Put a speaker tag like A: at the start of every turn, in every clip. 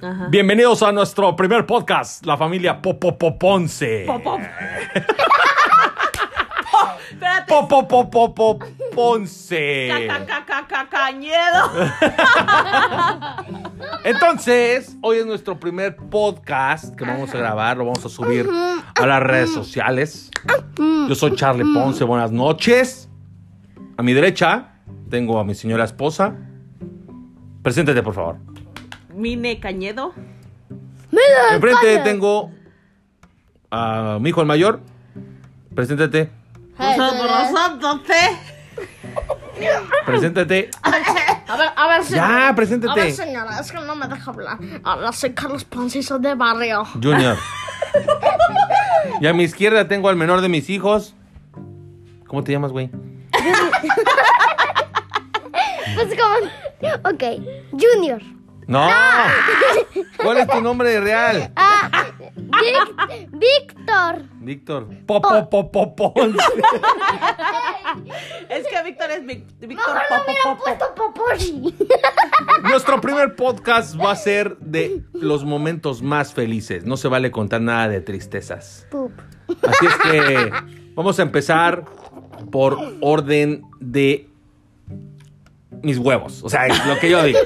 A: Ajá.
B: Bienvenidos a nuestro primer podcast, la familia Popopoponce.
A: Pop. Espérate. Ca-
B: Popopopoponce.
A: ca- ca- ca- Cañedo.
B: Entonces, hoy es nuestro primer podcast que vamos a grabar, lo vamos a subir a las redes sociales. Yo soy Charlie Ponce, buenas noches. A mi derecha tengo a mi señora esposa. Preséntate, por favor.
A: Mine Cañedo.
B: Enfrente tengo a mi hijo el mayor. Preséntate.
A: Nosotros,
B: Preséntate.
C: A ver, a ver,
B: Ya,
C: señora. A ver,
B: preséntate.
C: señora, es que no me deja hablar. Habla, soy Carlos Ponce y soy de barrio.
B: Junior. Y a mi izquierda tengo al menor de mis hijos. ¿Cómo te llamas, güey?
D: Pues como... Ok, Junior.
B: No. ¿Cuál es tu nombre real?
D: Ah, Vic- Víctor.
B: Víctor. Popopopoponce.
A: Es que Víctor es Vic- Víctor
D: Mejor no
A: Pop,
D: hubieran
A: Pop, Pop.
D: puesto Popochi.
B: Nuestro primer podcast va a ser de los momentos más felices. No se vale contar nada de tristezas.
D: Pup.
B: Así es que vamos a empezar por orden de mis huevos. O sea, es lo que yo digo.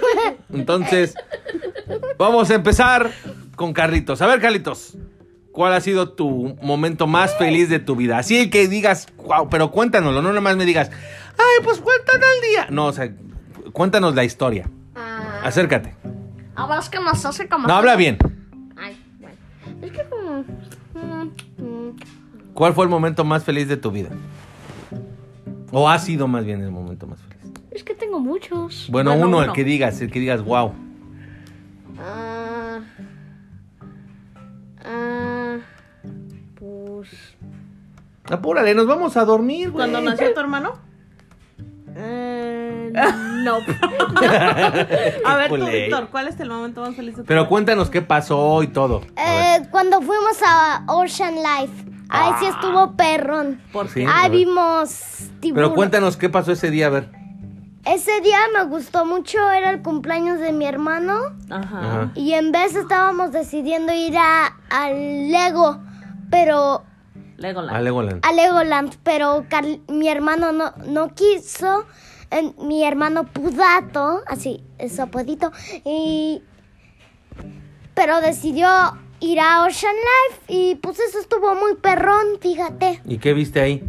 B: Entonces, vamos a empezar con Carlitos. A ver, Carlitos, ¿cuál ha sido tu momento más feliz de tu vida? Así que digas, wow, pero cuéntanoslo, no nomás me digas, ay, pues cuéntanos el día. No, o sea, cuéntanos la historia. Acércate.
C: A ver, es que nos hace como.
B: No, habla bien.
C: Ay, bueno. Es que como. mm, mm,
B: ¿Cuál fue el momento más feliz de tu vida? ¿O ha sido más bien el momento más feliz?
C: es que tengo muchos.
B: Bueno,
A: Bueno,
B: uno, el
A: uno.
B: que digas, el que digas, wow.
C: Ah. Ah. Pues.
B: Apúrale, nos vamos a dormir, güey.
A: Cuando nació tu hermano.
C: Eh, no.
A: A ver, tú,
B: Híjole.
A: Víctor, ¿cuál es el momento más feliz de tu
B: Pero
A: vida?
B: cuéntanos qué pasó y todo. A ver. Ah.
D: Eh, cuando fuimos a Ocean Life, ahí sí estuvo perrón.
A: ¿Por
B: Sí,
A: qué?
B: a
D: Ahí
B: ver.
D: vimos tiburón.
B: Pero cuéntanos qué pasó ese día, a ver.
D: Ese día me gustó mucho, era el cumpleaños de mi hermano.
A: Ajá.
B: Ajá.
D: Y en vez estábamos decidiendo ir a, al Lego, pero
A: Legolas.
B: A Ah, Legoland.
D: a Legoland, pero Carl- mi hermano no, no quiso. en- mi hermano Pudato, así, es su apodito, y... Pero decidió ir a Ocean Life y pues eso estuvo muy perrón, fíjate.
B: ¿Y qué viste ahí?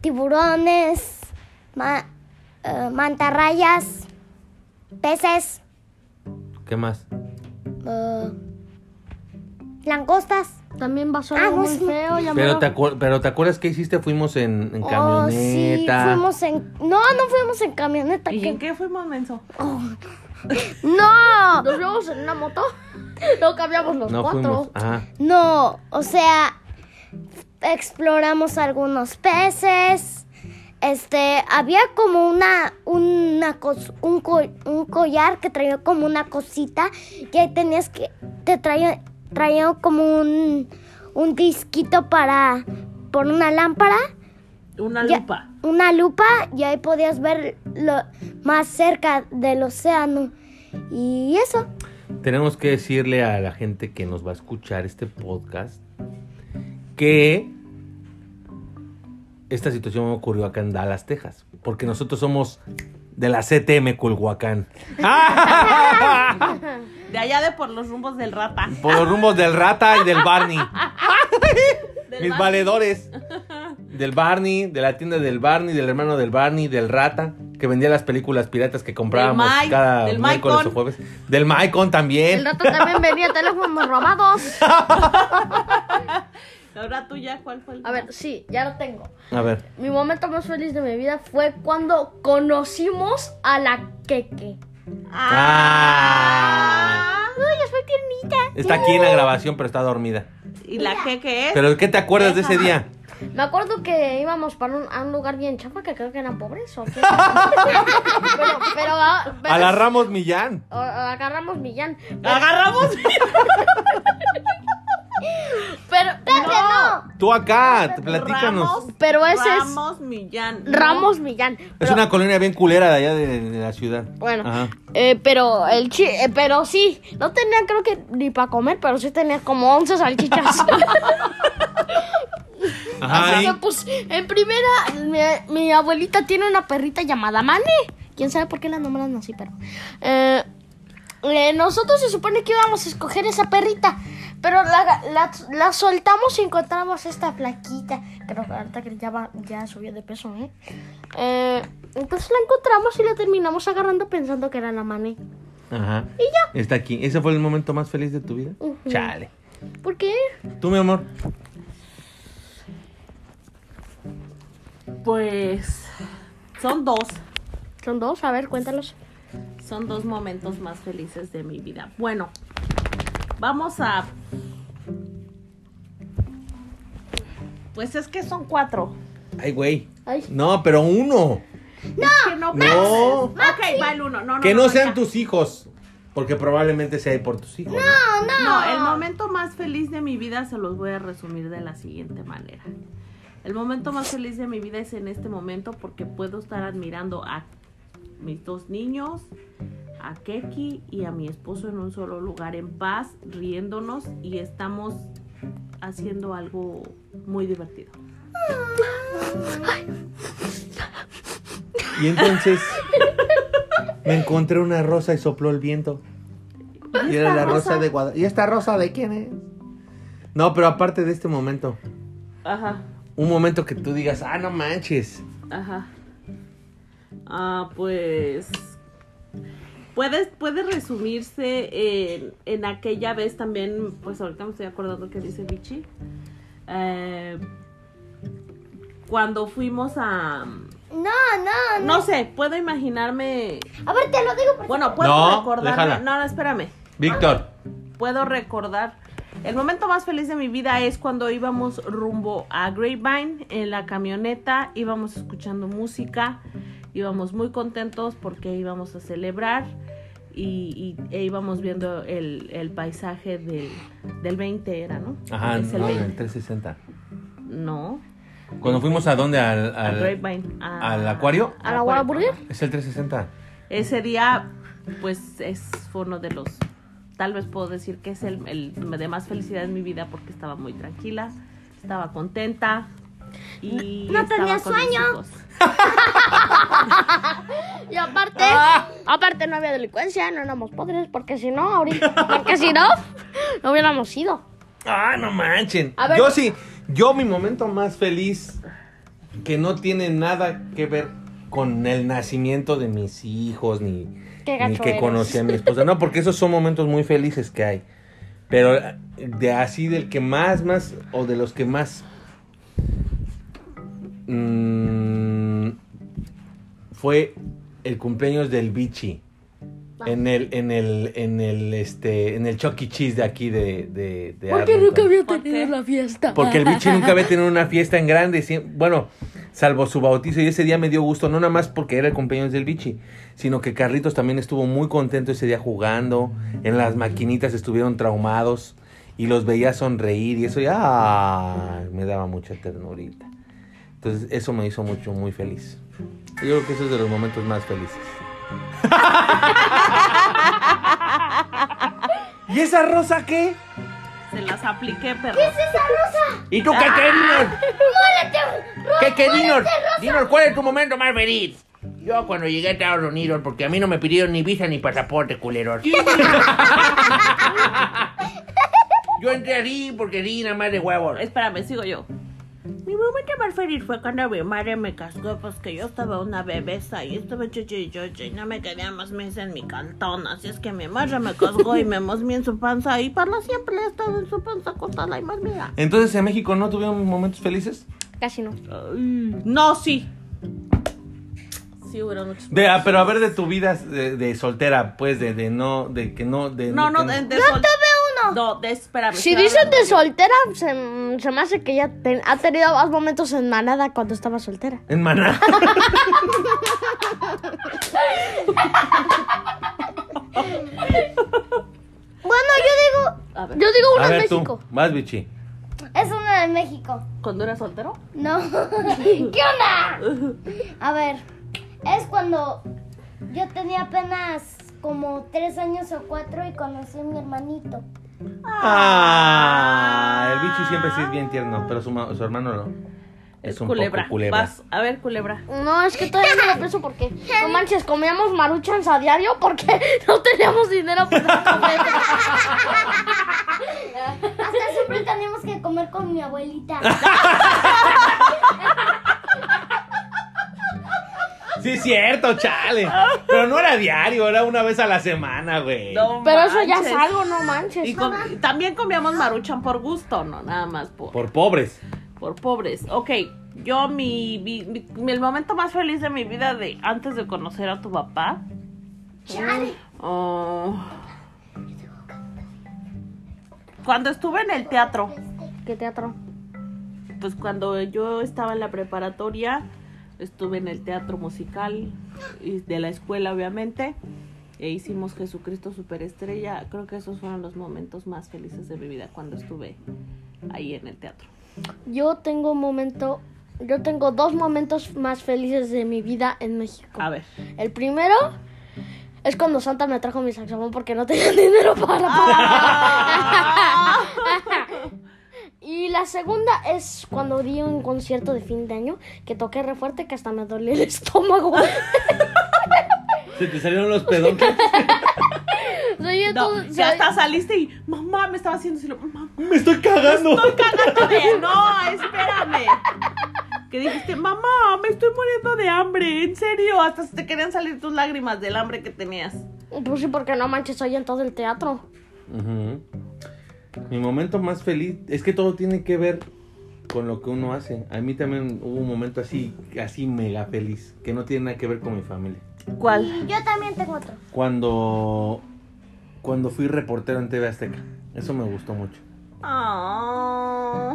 D: Tiburones, ma- eh, mantarrayas, peces,
B: ¿Qué más?
D: eh, langostas.
C: También va a
D: Ah,
C: sonar
D: no,
C: muy
D: sí.
C: feo. Ya
B: Pero
C: me
B: te, acuer- pero te acuerdas qué hiciste? Fuimos en, en
D: Oh, sí,
B: camioneta.
D: fuimos en... No, no fuimos en camioneta.
A: ¿Y en
D: que-
A: qué fuimos, menso?
D: No,
C: Nos vemos en una moto. Luego cambiamos los
B: No
C: cuatro.
B: fuimos. Ah. Ajá.
D: No, o sea, exploramos algunos peces. Este, había como una, una cos- un, co- un collar que traía como una cosita que ahí tenías que, te traía, traía como un, un disquito para, por una lámpara,
A: Una
D: Ya.
A: lupa.
D: una lupa y ahí podías ver lo más cerca del océano. Y eso.
B: Tenemos que decirle a la gente que nos va a escuchar este podcast que esta situación ocurrió acá en Dallas, Texas, porque nosotros somos de la CTM Culhuacán.
A: De allá de por los rumbos del rata.
B: Por los rumbos del Rata y del Barney.
A: Del
B: Mis
A: Barney.
B: valedores. Del Barney, de la tienda del Barney, del hermano del Barney, del Rata, que vendía las películas piratas que comprábamos
A: Mike,
B: cada
A: del
B: miércoles
A: Maicon.
B: o jueves. Del Maicon también.
C: El rato también venía teléfonos robados.
A: Ahora tú ya, ¿cuál fue el
C: A ver, sí, ya lo tengo.
B: A ver.
C: Mi momento más feliz de mi vida fue cuando conocimos a la Keke.
B: Ah.
C: Ay, es muy tiernita.
B: Está aquí en
C: Uh.
B: la grabación, pero está dormida.
A: ¿Y la que qué es?
B: Pero ¿qué te acuerdas de ese día?
C: Me acuerdo que íbamos para un, a un lugar bien chafa que creo que eran pobres o qué. pero, pero, ah, pero-
B: A la Ramos Millán.
C: o- o agarramos Millán.
A: Agarramos.
C: Pero,
D: Pepe, no.
B: Tú acá, te- platícanos.
A: Ramos,
C: Pero ese es-
A: Ramos Millán.
C: Ramos Millán.
B: Es
C: Pero-
B: una colonia bien culera de allá de, de la ciudad.
C: Bueno,
B: Ajá.
C: eh, pero el chi eh, pero sí, no tenía creo que ni para comer, pero sí tenía como 11 salchichas.
B: Ajá.
C: Así
B: y-
C: que, pues, en primera, mi, mi abuelita tiene una perrita llamada Mane. Quién sabe por qué la nombran así, pero. eh, eh, nosotros se supone que íbamos a escoger esa perrita, pero la, la- la soltamos y encontramos esta flaquita. Creo que ahorita que ya, va- ya subió de peso, ¿eh? Eh, Entonces la encontramos y la terminamos agarrando pensando que era la Mane.
B: Ajá. Está aquí. ¿Ese fue el momento más feliz de tu vida?
C: Ujú.
B: Chale.
C: ¿Por qué?
B: ¿Tú, mi amor?
A: Pues son dos.
C: Son dos, a ver, cuéntalos.
A: Son dos momentos más felices de mi vida. Bueno, vamos a. Pues es que son cuatro.
B: Ay, güey.
C: Ay.
B: No, pero uno.
A: Que no,
B: No.
A: Ok, va el uno. No, no,
B: que no,
A: no,
B: sean
A: ya.
B: tus hijos. Porque probablemente sea por tus hijos.
D: No, no.
A: No, el momento más feliz de mi vida se los voy a resumir de la siguiente manera. El momento más feliz de mi vida es en este momento porque puedo estar admirando a mis dos niños, a Keki y a mi esposo en un solo lugar en paz, riéndonos y estamos haciendo algo muy divertido.
B: Y entonces me encontré una rosa y sopló el viento. Y era la rosa, de Guadalajara. ¿Y esta rosa de quién es? No, pero aparte de este momento,
A: Ajá,
B: un momento que tú digas, ah, no manches.
A: ajá. Ah, pues Puedes, puede resumirse en, en aquella vez también, pues ahorita me estoy acordando que dice Vichy. eh, cuando fuimos a.
D: No, no, no.
A: No sé, puedo imaginarme.
D: A ver, te lo digo. por-
A: Bueno, puedo
B: No,
A: recordarme.
B: déjala.
A: No, no, espérame.
B: Víctor.
A: Puedo recordar. El momento más feliz de mi vida es cuando íbamos rumbo a Grapevine en la camioneta, íbamos escuchando música, íbamos muy contentos porque íbamos a celebrar y, y- e íbamos viendo el, el paisaje del, del 20 era, ¿no?
B: Ajá,
A: Es el
B: no, en
A: 20.
B: el 360.
A: No,
B: Cuando fuimos a dónde? Al,
A: a
B: al-
A: Grapevine. a-
B: ¿al acuario?
C: ¿A la Guava Burger?
B: Es el 360.
A: Ese día, pues, es, fue uno de los, tal vez puedo decir que es el, el de más felicidad en mi vida porque estaba muy tranquila, estaba contenta y
D: No- no
A: estaba
D: tenía
A: con mis
D: sueño.
A: hijos.
C: Y aparte, aparte no había delincuencia, Pues no éramos pobres, porque si no, ahorita, porque si no, no hubiéramos ido.
B: Ah, no manchen.
C: A ver.
B: Yo sí, yo mi momento más feliz que no tiene nada que ver con el nacimiento de mis hijos ni,
C: Qué
B: ni
C: gacho
B: que
C: eres.
B: conocí a mi esposa. No, porque esos son momentos muy felices que hay. Pero de así del que más, más, o de los que más... mm, fue el cumpleaños del Bichi.
A: Ah.
B: En el, en el, en el, este, en el Chuck E. Cheese de aquí de, de, de Arlington.
A: ¿Por qué?
C: fiesta.
B: Porque el bichi nunca había tenido una fiesta en grande. sí, Bueno, salvo su bautizo. Y ese día me dio gusto, no nada más porque era el cumpleaños del bichi, sino que Carlitos también estuvo muy contento ese día jugando. En las maquinitas estuvieron traumados. Y los veía sonreír. Y eso ya ay, me daba mucha ternurita. Entonces, eso me hizo mucho, muy feliz. Yo creo que eso es de los momentos más felices. ¿Y esa rosa qué?
A: Se las apliqué, perro.
B: ¿Y tú qué querías? ¿Qué qué, Dinor? Dinor, ¿cuál es tu momento más feliz? Yo cuando llegué a Estados Unidos, porque a mí no me pidieron ni visa ni pasaporte, culeros. Yo entré así porque di nada más de huevos.
A: Espérame, sigo yo. Mi momento más feliz fue cuando mi madre me cascó, pues que yo estaba una bebesa y estaba chuchi y chuchi y no me quería más meses en mi cantón. Así es que mi madre me cascó y me mosmió en su panza y para siempre he estado en su panza acostada y más mira.
B: Entonces, ¿en México no tuvieron momentos felices?
C: Casi no.
A: Ay, No, sí. Sí, hubieron muchos.
B: De, ah, pero a ver de tu vida de, de soltera, pues, de, de no, de que no, de
A: No, no,
B: que
A: de, de
D: Yo
A: sol-
D: tuve uno.
A: No, de, espérame.
C: Si
A: espérame.
C: dicen de soltera, se, se me hace que ya te- ha tenido más momentos en manada cuando estaba soltera.
B: En maná.
D: Bueno, yo digo.
A: A ver.
C: Yo digo
B: A
C: uno
B: ver
C: México.
B: tú. Vas, bichi.
D: Es una de México.
A: ¿Cuando era soltero?
D: No. ¿Qué onda? A ver, es cuando yo tenía apenas como tres años o cuatro y conocí a mi hermanito.
B: Ah, el bichi siempre sí es bien tierno, pero su, ma- su hermano no. Es un
A: culebra.
B: poco culebra.
A: Vas, a ver, culebra.
C: No, es que todavía no lo preso porque no manches, comíamos maruchans a diario porque no teníamos dinero para comer.
D: Hasta siempre teníamos que comer con mi abuelita.
B: Sí, es cierto, chale. Pero no era diario, era una vez a la semana, güey.
A: No
C: Pero eso ya es
A: manches.
C: algo, no manches.
A: Y com- también comíamos maruchan por gusto, no nada más por, por...
B: Por pobres.
A: pobres. Ok, yo mi, vi- mi- el momento más feliz de mi vida de antes de conocer a tu papá.
D: Chale.
A: oh, cuando estuve en el teatro,
C: ¿Qué teatro?
A: pues cuando yo estaba en la preparatoria, estuve en el teatro musical y de la escuela, obviamente. E hicimos Jesucristo Superestrella. Creo que esos fueron los momentos más felices de mi vida cuando estuve ahí en el teatro.
C: Yo tengo un momento, yo tengo dos momentos más felices de mi vida en México.
A: A ver.
C: El primero es cuando Santa me trajo mi saxofón porque no tenía dinero para Ah. Y la segunda es cuando di un concierto de fin de año que toqué re fuerte que hasta me dolió el estómago.
B: Se te salieron los pedonques.
C: Soy
A: No,
C: todo-
A: ya
C: soy-
A: hasta saliste y mamá me estaba haciendo así, lo- mamá.
B: Me estoy cagando.
A: Cállate, no, espérame. Que dijiste, mamá, me estoy muriendo de hambre, en serio, hasta se te querían salir tus lágrimas del hambre que tenías.
C: Pues sí, porque no manches, soy en todo el teatro.
B: Ujú. Mi momento más feliz es que todo tiene que ver con lo que uno hace. A mí también hubo un momento así, así mega feliz, que no tiene nada que ver con mi familia.
A: ¿Cuál?
D: Y yo también tengo otro.
B: Cuando, cuando fui reportero en TV Azteca, eso me gustó mucho.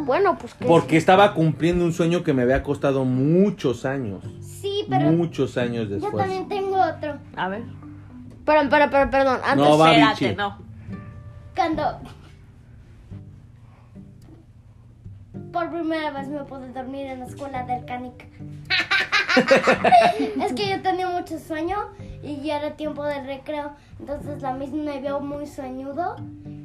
C: Bueno, pues que
B: Porque estaba cumpliendo un sueño que me había costado muchos años.
D: Sí, pero
B: Muchos años
D: yo
B: después.
D: también tengo otro.
A: A ver,
C: Pero, pero, pero, perdón, antes
B: No, va,
A: espérate,
B: Vichy.
A: no.
D: Cuando por primera vez me pude dormir en la escuela del Canic. es que yo tenía mucho sueño y ya era tiempo de recreo. Entonces la misma me vio muy sueñudo.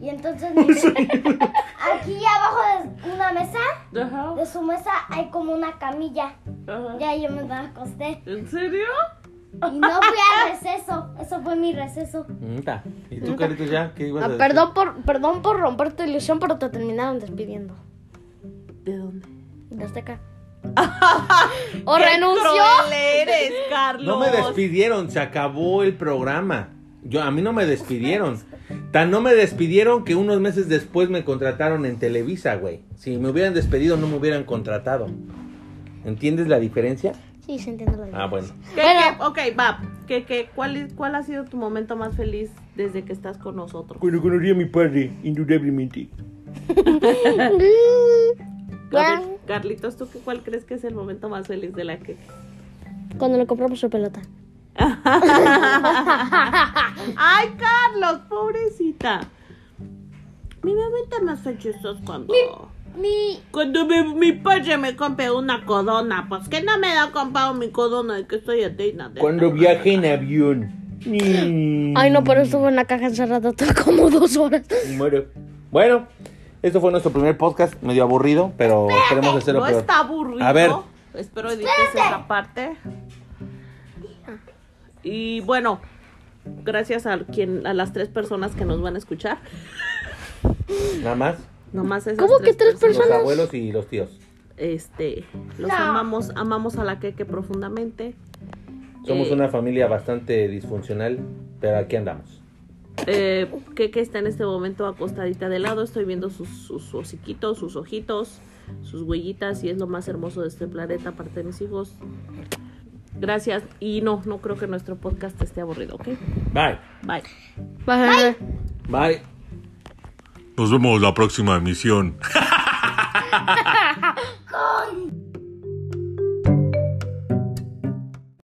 D: Y entonces me- aquí abajo de una mesa,
A: Ajá,
D: de su mesa hay como una camilla.
A: ajá.
D: Ya yo me la acosté.
A: ¿En serio?
D: Y no fui al receso. Eso fue mi receso.
B: Mm, ta. ¿Y tú, Carito, ya? ¿Qué ibas a
C: Ah,
B: decir?
C: perdón por, perdón por romper tu ilusión, pero te terminaron despidiendo.
A: ¿De dónde?
C: De Azteca. ¿O
A: ¡Qué
C: renunció?
A: cruel eres, Carlos!
B: No me despidieron, se acabó el programa. Yo, a mí no me despidieron. Tan no me despidieron que unos meses después me contrataron en Televisa, güey. Si me hubieran despedido, no me hubieran contratado. ¿Entiendes la diferencia?
C: Sí, se entiende la
B: Ah, bueno.
A: ¿Qué,
C: Bueno.
A: qué? Ok, va. ¿Qué, qué? ¿Cuál, es- ¿Cuál ha sido tu momento más feliz desde que estás con nosotros?
B: Cuando conocí a mi padre, indudablemente.
A: Carli- Carlitos, ¿tú qué, cuál crees que es el momento más feliz de la que?
C: Cuando le compramos su pelota.
A: ¡Ay, Carlos! ¡Pobrecita! Mi momento más feliz es cuando.
D: Mi
A: Cuando mi, mi padre me compre una codona, pues que no me da comprado mi codona de que estoy ateína. de-
B: Cuando viaje en avión. Mm,
C: Ay, no, pero estuvo en la caja encerrada todo como dos horas.
B: muero. Bueno, esto fue nuestro primer podcast, medio aburrido, pero queremos hacerlo
A: No
B: peor.
A: está aburrido.
B: A ver.
A: Espero edites esa parte. Y bueno, gracias a quien, a las tres personas que nos van a escuchar.
B: Nada más,
A: Nomás esas
C: ¿Cómo que tres
B: los
C: personas?
B: abuelos y los tíos.
A: Este, los
D: No.
A: amamos, amamos a la Keke profundamente.
B: Somos
A: Eh,
B: una familia bastante disfuncional, pero aquí andamos.
A: Eh, Keke está en este momento acostadita de lado. Estoy viendo sus, sus hociquitos, sus ojitos, sus huellitas. Y es lo más hermoso de este planeta, aparte de mis hijos. Gracias. Y no, no creo que nuestro podcast esté aburrido, ¿ok?
B: Bye.
A: Bye.
C: Bye.
B: Bye.
E: Nos vemos la próxima emisión.